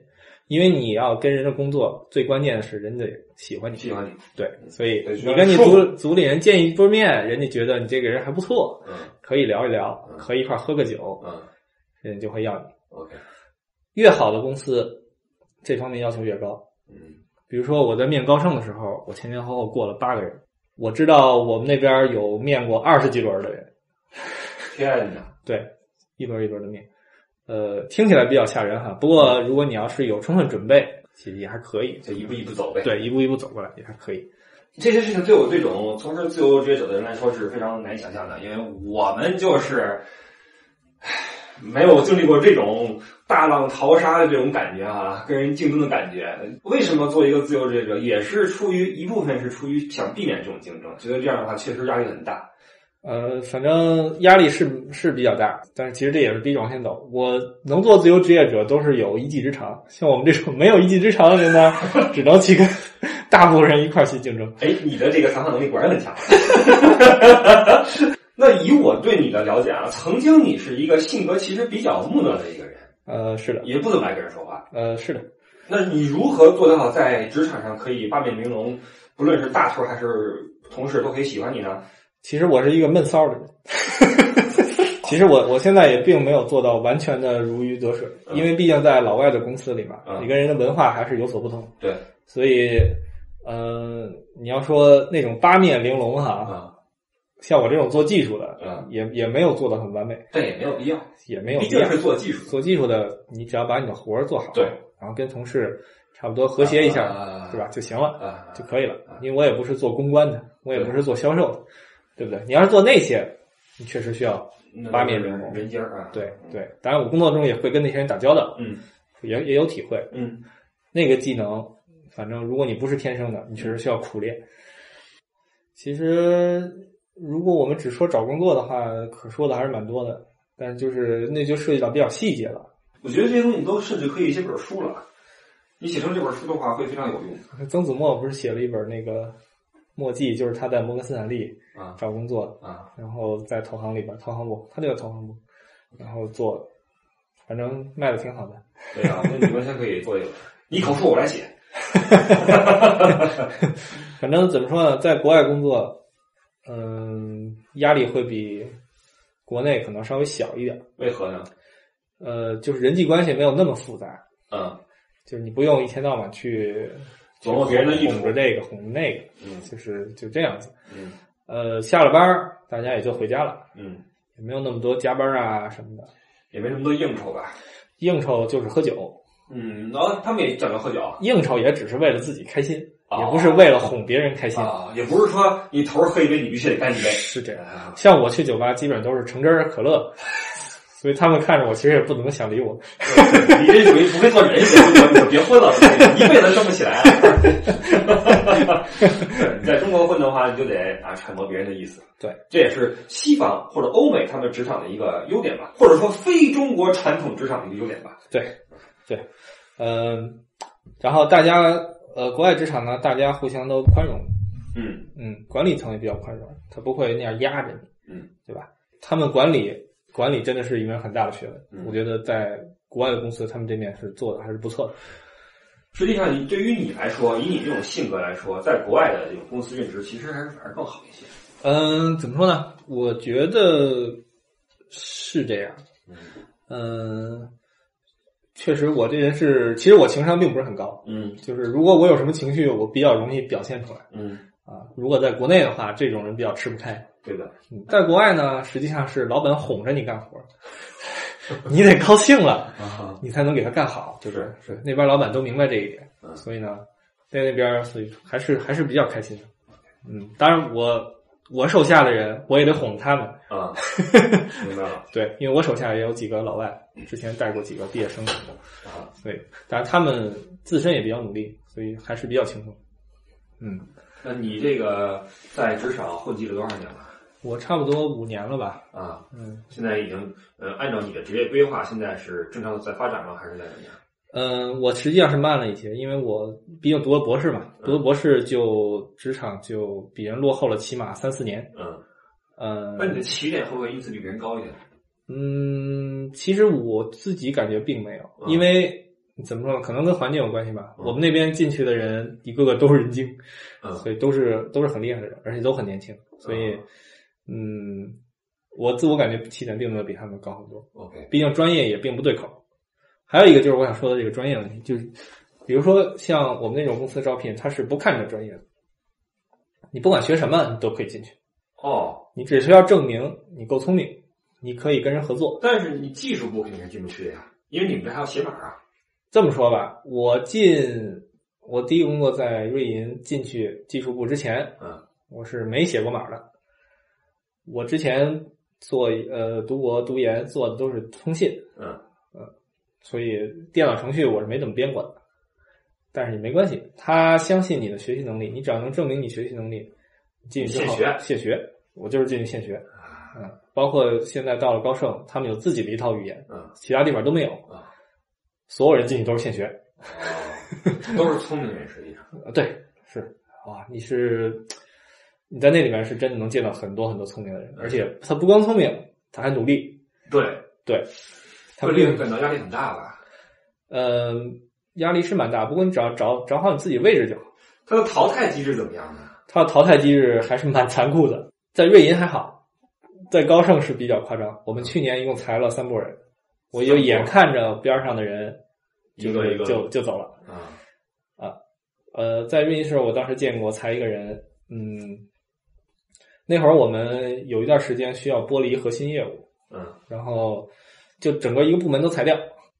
Speaker 3: 因为你要跟人的工作，最关键的是人得喜欢你，
Speaker 2: 喜欢你，
Speaker 3: 对，所以
Speaker 2: 对
Speaker 3: 你跟你
Speaker 2: 需要
Speaker 3: 组组里人见一波面，人家觉得你这个人还不错，
Speaker 2: 嗯
Speaker 3: 可以聊一聊，
Speaker 2: 嗯
Speaker 3: 可以一块儿喝个酒，
Speaker 2: 嗯
Speaker 3: 人家就会要你。
Speaker 2: ，OK，
Speaker 3: 越好的公司，这方面要求越高。
Speaker 2: 嗯
Speaker 3: 比如说我在面高盛的时候，我前前后后过了八个人，我知道我们那边有面过二十几轮的人，
Speaker 2: 天哪，
Speaker 3: 对，一轮一轮的面，呃，听起来比较吓人哈。不过如果你要是有充分准备，其实也还可以，
Speaker 2: 就一步一步走呗。，
Speaker 3: 对，一步一步走过来也还可以。
Speaker 2: 这些事情对我这种从事自由职业者的人来说是非常难以想象的，因为我们就是，唉，没有经历过这种大浪淘沙的这种感觉啊，跟人竞争的感觉。为什么做一个自由职业者，也是出于一部分是出于想避免这种竞争，觉得这样的话确实压力很大。
Speaker 3: 呃，反正压力是是比较大，但是其实这也是第一种往前走。我能做自由职业者，都是有一技之长。像我们这种没有一技之长的人呢，只能去跟 *laughs* 大部分人一块儿去竞争。
Speaker 2: 哎，你的这个采访能力果然很强。 *laughs* 那以我对你的了解啊，曾经你是一个性格其实比较木讷的一个人，
Speaker 3: 呃，是的，
Speaker 2: 也不怎么爱跟人说话。
Speaker 3: 呃，是的，
Speaker 2: 那你如何做到在职场上可以八面玲珑，不论是大头还是同事都可以喜欢你呢？
Speaker 3: 其实我是一个闷骚的人。 *laughs* 其实我我现在也并没有做到完全的如鱼得水，
Speaker 2: 嗯
Speaker 3: 因为毕竟在老外的公司里嘛，
Speaker 2: 嗯
Speaker 3: 你跟人的文化还是有所不同。
Speaker 2: 对，
Speaker 3: 所以，呃，你要说那种八面玲珑哈，
Speaker 2: 啊，
Speaker 3: 像我这种做技术的，
Speaker 2: 嗯
Speaker 3: 也也没有做到很完美，
Speaker 2: 但也没有必要，
Speaker 3: 也没有
Speaker 2: 毕
Speaker 3: 必
Speaker 2: 竟
Speaker 3: 要
Speaker 2: 是做技术的，
Speaker 3: 做技术的，你只要把你的活儿做好，
Speaker 2: 对，
Speaker 3: 然后跟同事差不多和谐一下，
Speaker 2: 啊
Speaker 3: 对吧？？就行了。
Speaker 2: 啊，
Speaker 3: 就可以了
Speaker 2: 啊，
Speaker 3: 因为我也不是做公关的，我也不是做销售的，对不对？你要是做那些，你确实需要
Speaker 2: 那
Speaker 3: 八面玲珑
Speaker 2: 人精儿啊，
Speaker 3: 对对。当然，我工作中也会跟那些人打交道，
Speaker 2: 嗯
Speaker 3: 也也有体会。
Speaker 2: 嗯，
Speaker 3: 那个技能，反正如果你不是天生的，你确实需要苦练。其实，如果我们只说找工作的话，可说的还是蛮多的，但是就是那就涉及到比较细节了。
Speaker 2: 我觉得这些东西都甚至可以写本书了。你写成这本书的话，会非常有用
Speaker 3: 曾子墨不是写了一本那个墨迹，就是他在摩根斯坦利
Speaker 2: 啊
Speaker 3: 找工作，
Speaker 2: 啊！
Speaker 3: 然后在投行里边，投行部，他就在投行部，然后做，反正卖的挺好的。
Speaker 2: 对啊，那你完全可以做一个，你口述我来写。
Speaker 3: 反正怎么说呢，在国外工作，嗯，压力会比国内可能稍微小一点。
Speaker 2: 为何呢？
Speaker 3: 呃，就是人际关系没有那么复杂，
Speaker 2: 嗯
Speaker 3: 就是你不用一天到晚去
Speaker 2: 琢磨别人的意图
Speaker 3: 哄着这个哄着那个，
Speaker 2: 嗯
Speaker 3: 就是就这样子。
Speaker 2: 嗯
Speaker 3: 呃，下了班儿大家也就回家了，
Speaker 2: 嗯，
Speaker 3: 也没有那么多加班啊什么的，
Speaker 2: 也没什么多应酬吧。
Speaker 3: 应酬就是喝酒，
Speaker 2: 嗯，然后他们也讲到喝酒啊，
Speaker 3: 应酬也只是为了自己开心，
Speaker 2: 哦
Speaker 3: 也不是为了哄别人开心，
Speaker 2: 啊，也不是说你头儿喝一杯，你必须得干一杯。
Speaker 3: 是这样。
Speaker 2: 啊，
Speaker 3: 像我去酒吧，基本上都是橙汁儿、可乐，所以他们看着我，其实也不怎么想理我。
Speaker 2: 你这属于不会做人，你就别混了，一辈子挣不起来啊。 *laughs* 你在中国混的话，你就得啊揣摩别人的意思。
Speaker 3: 对，
Speaker 2: 这也是西方或者欧美他们职场的一个优点吧，或者说非中国传统职场的一个优点吧。
Speaker 3: 对，对，呃嗯、然后大家呃，国外职场呢，大家互相都宽容，
Speaker 2: 嗯
Speaker 3: 嗯，管理层也比较宽容，他不会那样压着你，
Speaker 2: 嗯，
Speaker 3: 对吧？他们管理管理真的是一门很大的学问，
Speaker 2: 嗯
Speaker 3: 我觉得在国外的公司，他们这面是做的还是不错的。
Speaker 2: 实际上你对于你来说，以你这种性格来说，在国外的这种公司任职，其实还是反而更好一些。
Speaker 3: 嗯，怎么说呢？我觉得是这样。
Speaker 2: 嗯
Speaker 3: 嗯，确实，我这人是，其实我情商并不是很高，
Speaker 2: 嗯
Speaker 3: 就是如果我有什么情绪，我比较容易表现出来
Speaker 2: 嗯，
Speaker 3: 啊。如果在国内的话，这种人比较吃不开。
Speaker 2: 对的，
Speaker 3: 嗯在国外呢，实际上是老板哄着你干活， *laughs* 你得高兴了，
Speaker 2: 啊，
Speaker 3: 你才能给他干好。就是
Speaker 2: 是
Speaker 3: 那边老板都明白这一点，
Speaker 2: 嗯
Speaker 3: 所以呢，在那边所以还是还是比较开心的。嗯，当然我我手下的人我也得哄他们，
Speaker 2: *laughs* 啊，明白了
Speaker 3: 对，因为我手下也有几个老外，之前带过几个毕业生什么的，
Speaker 2: 啊，
Speaker 3: 所以当然他们自身也比较努力，所以还是比较轻松。嗯，
Speaker 2: 那你这个在职场混迹了多少年了？
Speaker 3: 我差不多五年了吧，
Speaker 2: 啊，
Speaker 3: 嗯。
Speaker 2: 现在已经呃，按照你的职业规划，现在是正常的在发展吗？还是在怎么样？
Speaker 3: 嗯，我实际上是慢了一些，因为我毕竟读了博士嘛，
Speaker 2: 嗯
Speaker 3: 读了博士就职场就比人落后了起码三四年。
Speaker 2: 嗯，
Speaker 3: 嗯
Speaker 2: 那你的起点会不会因此比别人高一点？
Speaker 3: 嗯，其实我自己感觉并没有，
Speaker 2: 嗯
Speaker 3: 因为怎么说呢，可能跟环境有关系吧。
Speaker 2: 嗯
Speaker 3: 我们那边进去的人一个个都是人精，
Speaker 2: 嗯
Speaker 3: 所以都是都是很厉害的人，而且都很年轻，所以嗯，我自我感觉起点并没有比他们高很多。
Speaker 2: ，OK，
Speaker 3: 毕竟专业也并不对口。还有一个就是我想说的这个专业问题，就是比如说像我们那种公司招聘，它是不看你的专业的，你不管学什么你都可以进去，
Speaker 2: 哦，
Speaker 3: 你只需要证明你够聪明，你可以跟人合作。
Speaker 2: 但是你技术部肯定是进不去的呀，因为你们这还要写码啊。
Speaker 3: 这么说吧，我进我第一个工作在瑞银进去技术部之前，
Speaker 2: 嗯
Speaker 3: 我是没写过码的。我之前做呃读博读研做的都是通信，
Speaker 2: 嗯
Speaker 3: 所以电脑程序我是没怎么编过的。但是也没关系，他相信你的学习能力，你只要能证明你学习能力，进去之后
Speaker 2: 现学
Speaker 3: 现学，我就是进去现学。
Speaker 2: 啊
Speaker 3: 嗯，包括现在到了高盛，他们有自己的一套语言，
Speaker 2: 嗯，
Speaker 3: 其他地方都没有
Speaker 2: 啊。
Speaker 3: 所有人进去都是现学，
Speaker 2: 嗯哦， *laughs* 都是聪明人，实际上。
Speaker 3: 呃对，是哇，你是你在那里面是真的能见到很多很多聪明的人，而且他不光聪明，他还努力，
Speaker 2: 对，
Speaker 3: 他
Speaker 2: 会
Speaker 3: 并
Speaker 2: 令人感到压力很大吧？
Speaker 3: 呃压力是蛮大，不过你只要找找好你自己位置就好。
Speaker 2: 它的淘汰机制怎么样呢？
Speaker 3: 它的淘汰机制还是蛮残酷的。在瑞银还好，在高盛是比较夸张。我们去年一共裁了三波人，我就眼看着边上的人就
Speaker 2: 一个一个
Speaker 3: 就就走了。
Speaker 2: 啊，
Speaker 3: 呃，在瑞银时候，我当时见过裁一个人，嗯，那会儿我们有一段时间需要剥离核心业务，
Speaker 2: 嗯
Speaker 3: 然后就整个一个部门都裁掉。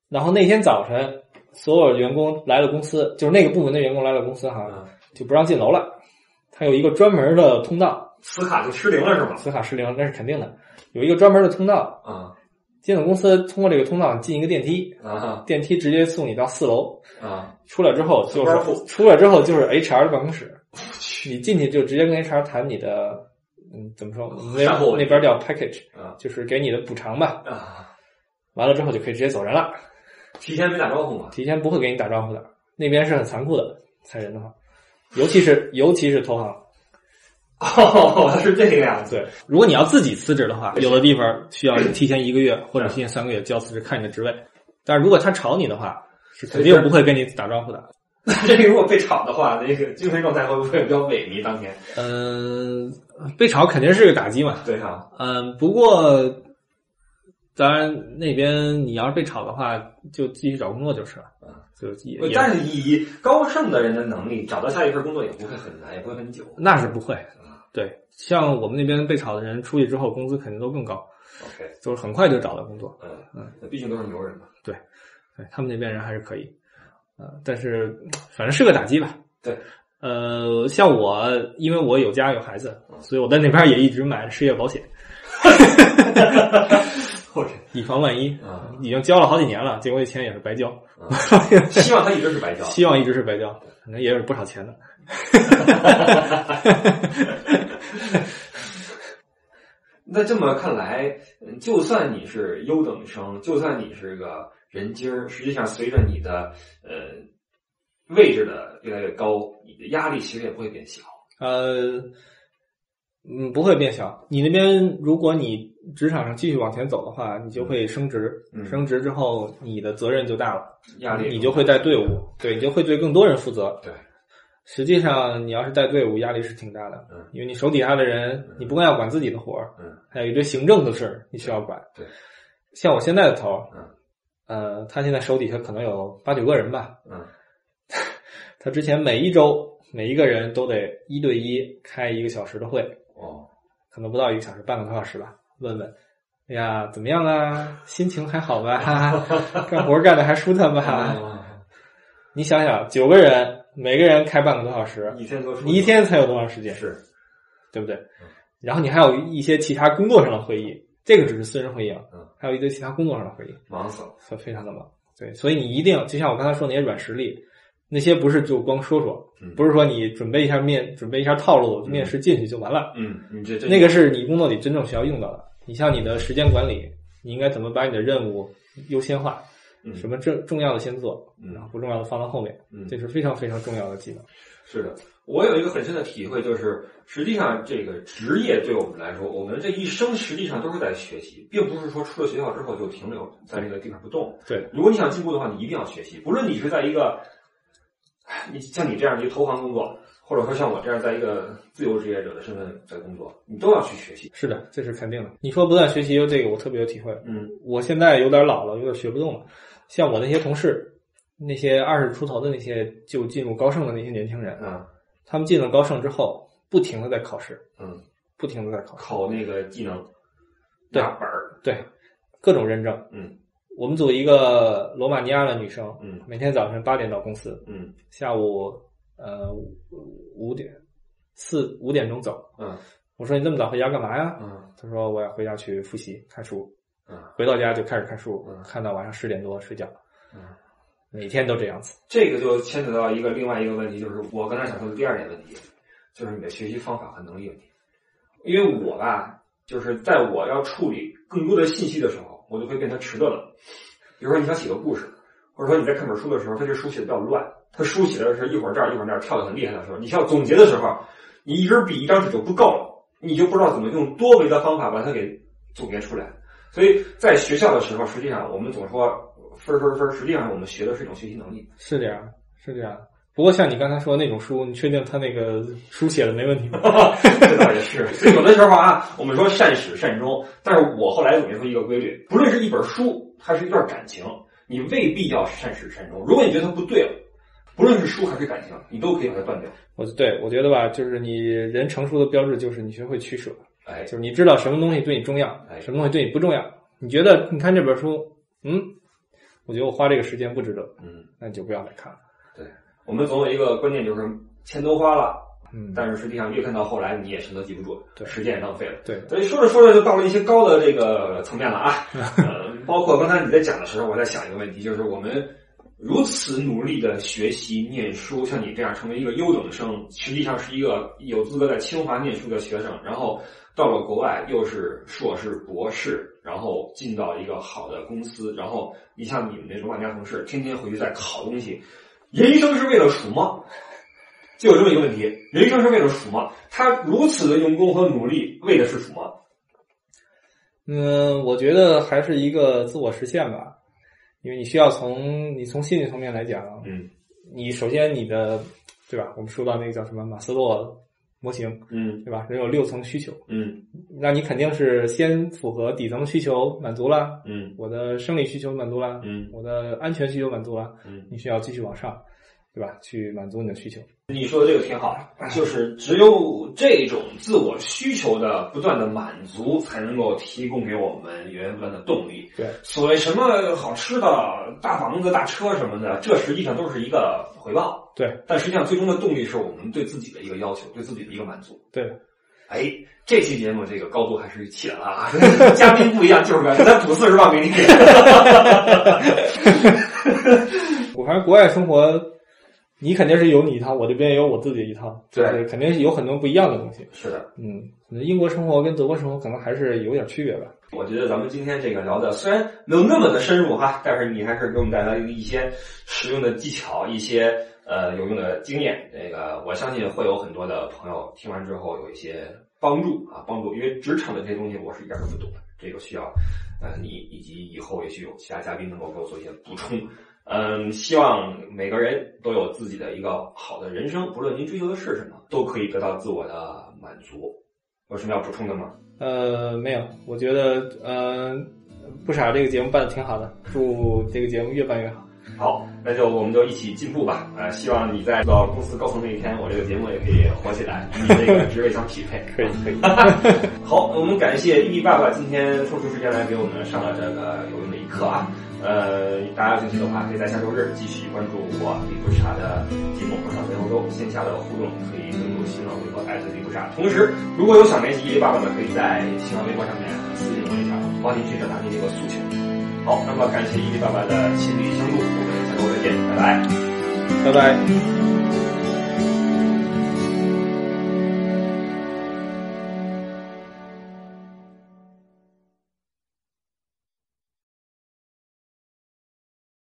Speaker 3: 然后那天早晨，所有员工来了公司，就是那个部门的员工来了公司哈，
Speaker 2: 嗯，
Speaker 3: 就不让进楼了。他有一个专门的通道，
Speaker 2: 磁卡就失灵了是吗？
Speaker 3: 磁卡失灵那是肯定的，有一个专门的通道，
Speaker 2: 啊
Speaker 3: 进了公司通过这个通道进一个电梯，
Speaker 2: 啊
Speaker 3: 电梯直接送你到四楼，
Speaker 2: 啊！
Speaker 3: 出来之后就
Speaker 2: 小包袱
Speaker 3: 是出来之后就是 HR 的办公室，你进去就直接跟 HR 谈你的，嗯，怎么说？我们那
Speaker 2: 善后问题
Speaker 3: 那边叫 package，
Speaker 2: 啊
Speaker 3: 就是给你的补偿吧。
Speaker 2: 啊！
Speaker 3: 完了之后就可以直接走人了，
Speaker 2: 提前没打招呼嘛？
Speaker 3: 提前不会给你打招呼的，那边是很残酷的，裁人的话，尤其是尤其是投行。
Speaker 2: 哦，是这个样子。
Speaker 3: 对，如果你要自己辞职的话，有的地方需要提前一个月或者提前三个月交辞职，看你的职位。但是如果他炒你的话，是肯定不会跟你打招呼的。
Speaker 2: 这个如果被炒的话，这个精神状态会不会比较萎靡？当天
Speaker 3: 嗯、被炒肯定是个打击嘛。
Speaker 2: 对啊，
Speaker 3: 嗯、不过当然那边你要是被炒的话，就继续找工作就是了啊
Speaker 2: 嗯。
Speaker 3: 就也
Speaker 2: 呃
Speaker 3: 也
Speaker 2: 但是以高盛的人的能力，找到下一份工作也不会很难，也不会很久。啊
Speaker 3: 那是不会。对，像我们那边被炒的人出去之后，工资肯定都更高，
Speaker 2: OK，
Speaker 3: 就是很快就找到工作。
Speaker 2: 嗯
Speaker 3: 嗯
Speaker 2: 嗯，毕竟都是牛人 *laughs* 嘛。
Speaker 3: 对他们那边人还是可以，呃，但是嗯反正是个打击吧。
Speaker 2: 对，
Speaker 3: 呃，像我，因为我有家有孩子，
Speaker 2: 嗯
Speaker 3: 所以我在那边也一直买失业保险，
Speaker 2: 或者
Speaker 3: 以防万一。
Speaker 2: 啊，
Speaker 3: 已经交了好几年了，结果这钱也是白交，
Speaker 2: 啊 *laughs* 希望他一直是白交。
Speaker 3: 希望一直是白交，反正也有不少钱的。
Speaker 2: 那这么看来，嗯就算你是优等生，就算你是个人精儿，实际上随着你的呃位置的越来越高，你的压力其实也不会变小。
Speaker 3: 呃，嗯，不会变小。你那边如果你职场上继续往前走的话，你就会升职，
Speaker 2: 嗯
Speaker 3: 升职之后你的责任就大了，
Speaker 2: 压力
Speaker 3: 你就会带队伍，对，你就会对更多人负责。
Speaker 2: 对，
Speaker 3: 实际上你要是带队伍，压力是挺大的，
Speaker 2: 嗯
Speaker 3: 因为你手底下的人，你不光要管自己的活儿，
Speaker 2: 嗯，
Speaker 3: 还有一堆行政的事儿你需要管。
Speaker 2: 对，
Speaker 3: 像我现在的头儿，
Speaker 2: 嗯，
Speaker 3: 呃，他现在手底下可能有八九个人吧，
Speaker 2: 嗯
Speaker 3: 他之前每一周每一个人都得一对一开一个小时的会，
Speaker 2: 哦
Speaker 3: 可能不到一个小时，半个多小时吧，问问，哎呀，怎么样啊？心情还好吧？ *laughs* 干活干的还舒坦吧？
Speaker 2: 啊，
Speaker 3: 你想想，九个人，每个人开半个多小时，
Speaker 2: 一天多出
Speaker 3: 你一天才有多长时间，
Speaker 2: 是
Speaker 3: 对不对？然后你还有一些其他工作上的会议，这个只是私人会议啊
Speaker 2: 嗯，
Speaker 3: 还有一堆其他工作上的会议，
Speaker 2: 忙死了，
Speaker 3: 所以非常的忙。对，所以你一定就像我刚才说那些软实力，那些不是就光说说，
Speaker 2: 嗯
Speaker 3: 不是说你准备一下面，准备一下套路，面试进去就完了。
Speaker 2: 嗯，你这这
Speaker 3: 那个是你工作里真正需要用到的。你像你的时间管理，你应该怎么把你的任务优先化，
Speaker 2: 嗯
Speaker 3: 什么重重要的先做，
Speaker 2: 嗯
Speaker 3: 然后不重要的放到后面，
Speaker 2: 嗯
Speaker 3: 这是非常非常重要的技能。
Speaker 2: 是的，我有一个很深的体会，就是实际上这个职业对我们来说，我们这一生实际上都是在学习，并不是说出了学校之后就停留在这个地方不动。
Speaker 3: 对，
Speaker 2: 如果你想进步的话，你一定要学习，不论你是在一个，唉你像你这样一个投行工作，或者说像我这样在一个自由职业者的身份在工作，你都要去学习。
Speaker 3: 是的，这是肯定的。你说不断学习，这个我特别有体会。
Speaker 2: 嗯
Speaker 3: 我现在有点老了，有点学不动了。像我那些同事，那些二十出头的那些就进入高盛的那些年轻人，
Speaker 2: 啊
Speaker 3: 他们进了高盛之后，不停的在考试，
Speaker 2: 嗯，
Speaker 3: 不停的在考试，
Speaker 2: 考那个技能，
Speaker 3: 对
Speaker 2: 拿本儿，
Speaker 3: 对，各种认证。
Speaker 2: 嗯
Speaker 3: 我们组一个罗马尼亚的女生，
Speaker 2: 嗯
Speaker 3: 每天早晨八点到公司，
Speaker 2: 嗯
Speaker 3: 下午呃五五点四五点钟走。
Speaker 2: 嗯
Speaker 3: 我说你这么早回家干嘛呀？
Speaker 2: 嗯
Speaker 3: 他说我要回家去复习看书。
Speaker 2: 嗯，
Speaker 3: 回到家就开始看书
Speaker 2: 嗯，
Speaker 3: 看到晚上十点多睡觉
Speaker 2: 嗯，
Speaker 3: 每天都这样子。
Speaker 2: 这个就牵扯到一个另外一个问题，就是我刚才想说的第二点问题，就是你的学习方法和能力问题。因为我吧，就是在我要处理更多的信息的时候，我就会变成迟钝了。比如说你想写个故事，或者说你在看本书的时候，它这书写的比较乱，它书写的是一会儿这儿一会儿那儿跳的很厉害的时候，你想总结的时候，你一根笔一张纸就不够了，你就不知道怎么用多维的方法把它给总结出来。所以在学校的时候，实际上我们总说分儿分儿分儿，实际上我们学的是一种学习能力。
Speaker 3: 是这样，是这样。不过像你刚才说的那种书，你确定他那个书写的没问题
Speaker 2: *laughs*
Speaker 3: 吗？
Speaker 2: 这倒也是。所以有的时候啊，我们说善始善终，但是我后来总结出一个规律：不论是一本书还是一段感情，你未必要善始善终。如果你觉得它不对了，不论是书还是感情，你都可以把它断掉。
Speaker 3: 我对我觉得吧，就是你人成熟的标志就是你学会取舍，
Speaker 2: 哎
Speaker 3: 就，是你知道什么东西对你重要
Speaker 2: 哎，
Speaker 3: 什么东西对你不重要。你觉得你看这本书，嗯，我觉得我花这个时间不值得，
Speaker 2: 嗯，
Speaker 3: 那你就不要再看了。
Speaker 2: 我们总有一个观念就是钱都花了，
Speaker 3: 嗯，
Speaker 2: 但是实际上越看到后来，你也什么都记不住，
Speaker 3: 对
Speaker 2: 时间也浪费了。
Speaker 3: 对，
Speaker 2: 所以说着说着就到了一些高的这个层面了啊，呃，包括刚才你在讲的时候，我在想一个问题，就是我们如此努力的学习念书，像你这样成为一个优等生，实际上是一个有资格在清华念书的学生，然后到了国外又是硕士、博士，然后进到一个好的公司，然后你像你们那种玩家同事，天天回去在考东西，人生是为了数吗？就有这么一个问题：人生是为了数吗？他如此的用功和努力，为的是什么？
Speaker 3: 嗯，我觉得还是一个自我实现吧，因为你需要从你从心理层面来讲，
Speaker 2: 嗯
Speaker 3: 你首先你的对吧？我们说到那个叫什么马斯洛模型
Speaker 2: 嗯
Speaker 3: 对吧？人有六层需求，
Speaker 2: 嗯
Speaker 3: 那你肯定是先符合底层需求满足了，
Speaker 2: 嗯
Speaker 3: 我的生理需求满足了，
Speaker 2: 嗯
Speaker 3: 我的安全需求满足了，
Speaker 2: 嗯，
Speaker 3: 你需要继续往上，对吧？去满足你的需求。
Speaker 2: 你说的这个挺好，就是只有这种自我需求的不断的满足，才能够提供给我们源源不断的动力。
Speaker 3: 对，
Speaker 2: 所谓什么好吃的、大房子、大车什么的，这实际上都是一个回报。
Speaker 3: 对，
Speaker 2: 但实际上最终的动力是我们对自己的一个要求，对自己的一个满足。
Speaker 3: 对，
Speaker 2: 哎，这期节目这个高度还是起来了啊！ *laughs* 嘉宾不一样，就是咱补四十万给你。 *laughs*
Speaker 3: 我反正国外生活，你肯定是有你一套，我这边也有我自己的一套，
Speaker 2: 对
Speaker 3: 就是肯定是有很多不一样的东西。
Speaker 2: 是的，
Speaker 3: 嗯，可能英国生活跟德国生活可能还是有点区别吧。
Speaker 2: 我觉得咱们今天这个聊的虽然没有那么的深入哈，但是你还是给我们带来一些实用的技巧，一些呃有用的经验。这个我相信会有很多的朋友听完之后有一些帮助啊，帮助，因为职场的这些东西我是一点儿都不懂的，这个需要呃你以及以后也许有其他嘉宾能够给我做一些补充。嗯，希望每个人都有自己的一个好的人生，不论您追求的是什么，都可以得到自我的满足。有什么要补充的吗？
Speaker 3: 呃，没有，我觉得呃，不傻这个节目办的挺好的，祝这个节目越办越好。
Speaker 2: 好，那就我们就一起进步吧。啊、希望你在到公司高层那一天，我这个节目也可以火起来，与你这个职位相匹配。
Speaker 3: 可以可以，
Speaker 2: *laughs* 好，我们感谢伊利爸爸今天抽出时间来给我们上了这个有用的一课啊。呃，大家有兴趣的话，可以在下周日继续关注我李不傻的节目《不傻最后周》线下的互动，可以登录新浪微博艾特李不傻。同时，如果有想联系伊利爸爸的，可以在新浪微博上面私信我一下，我帮你去表达你这个诉求。好，那么感谢伊利爸爸的亲密相助，我们下周再见，拜拜。
Speaker 3: 拜拜。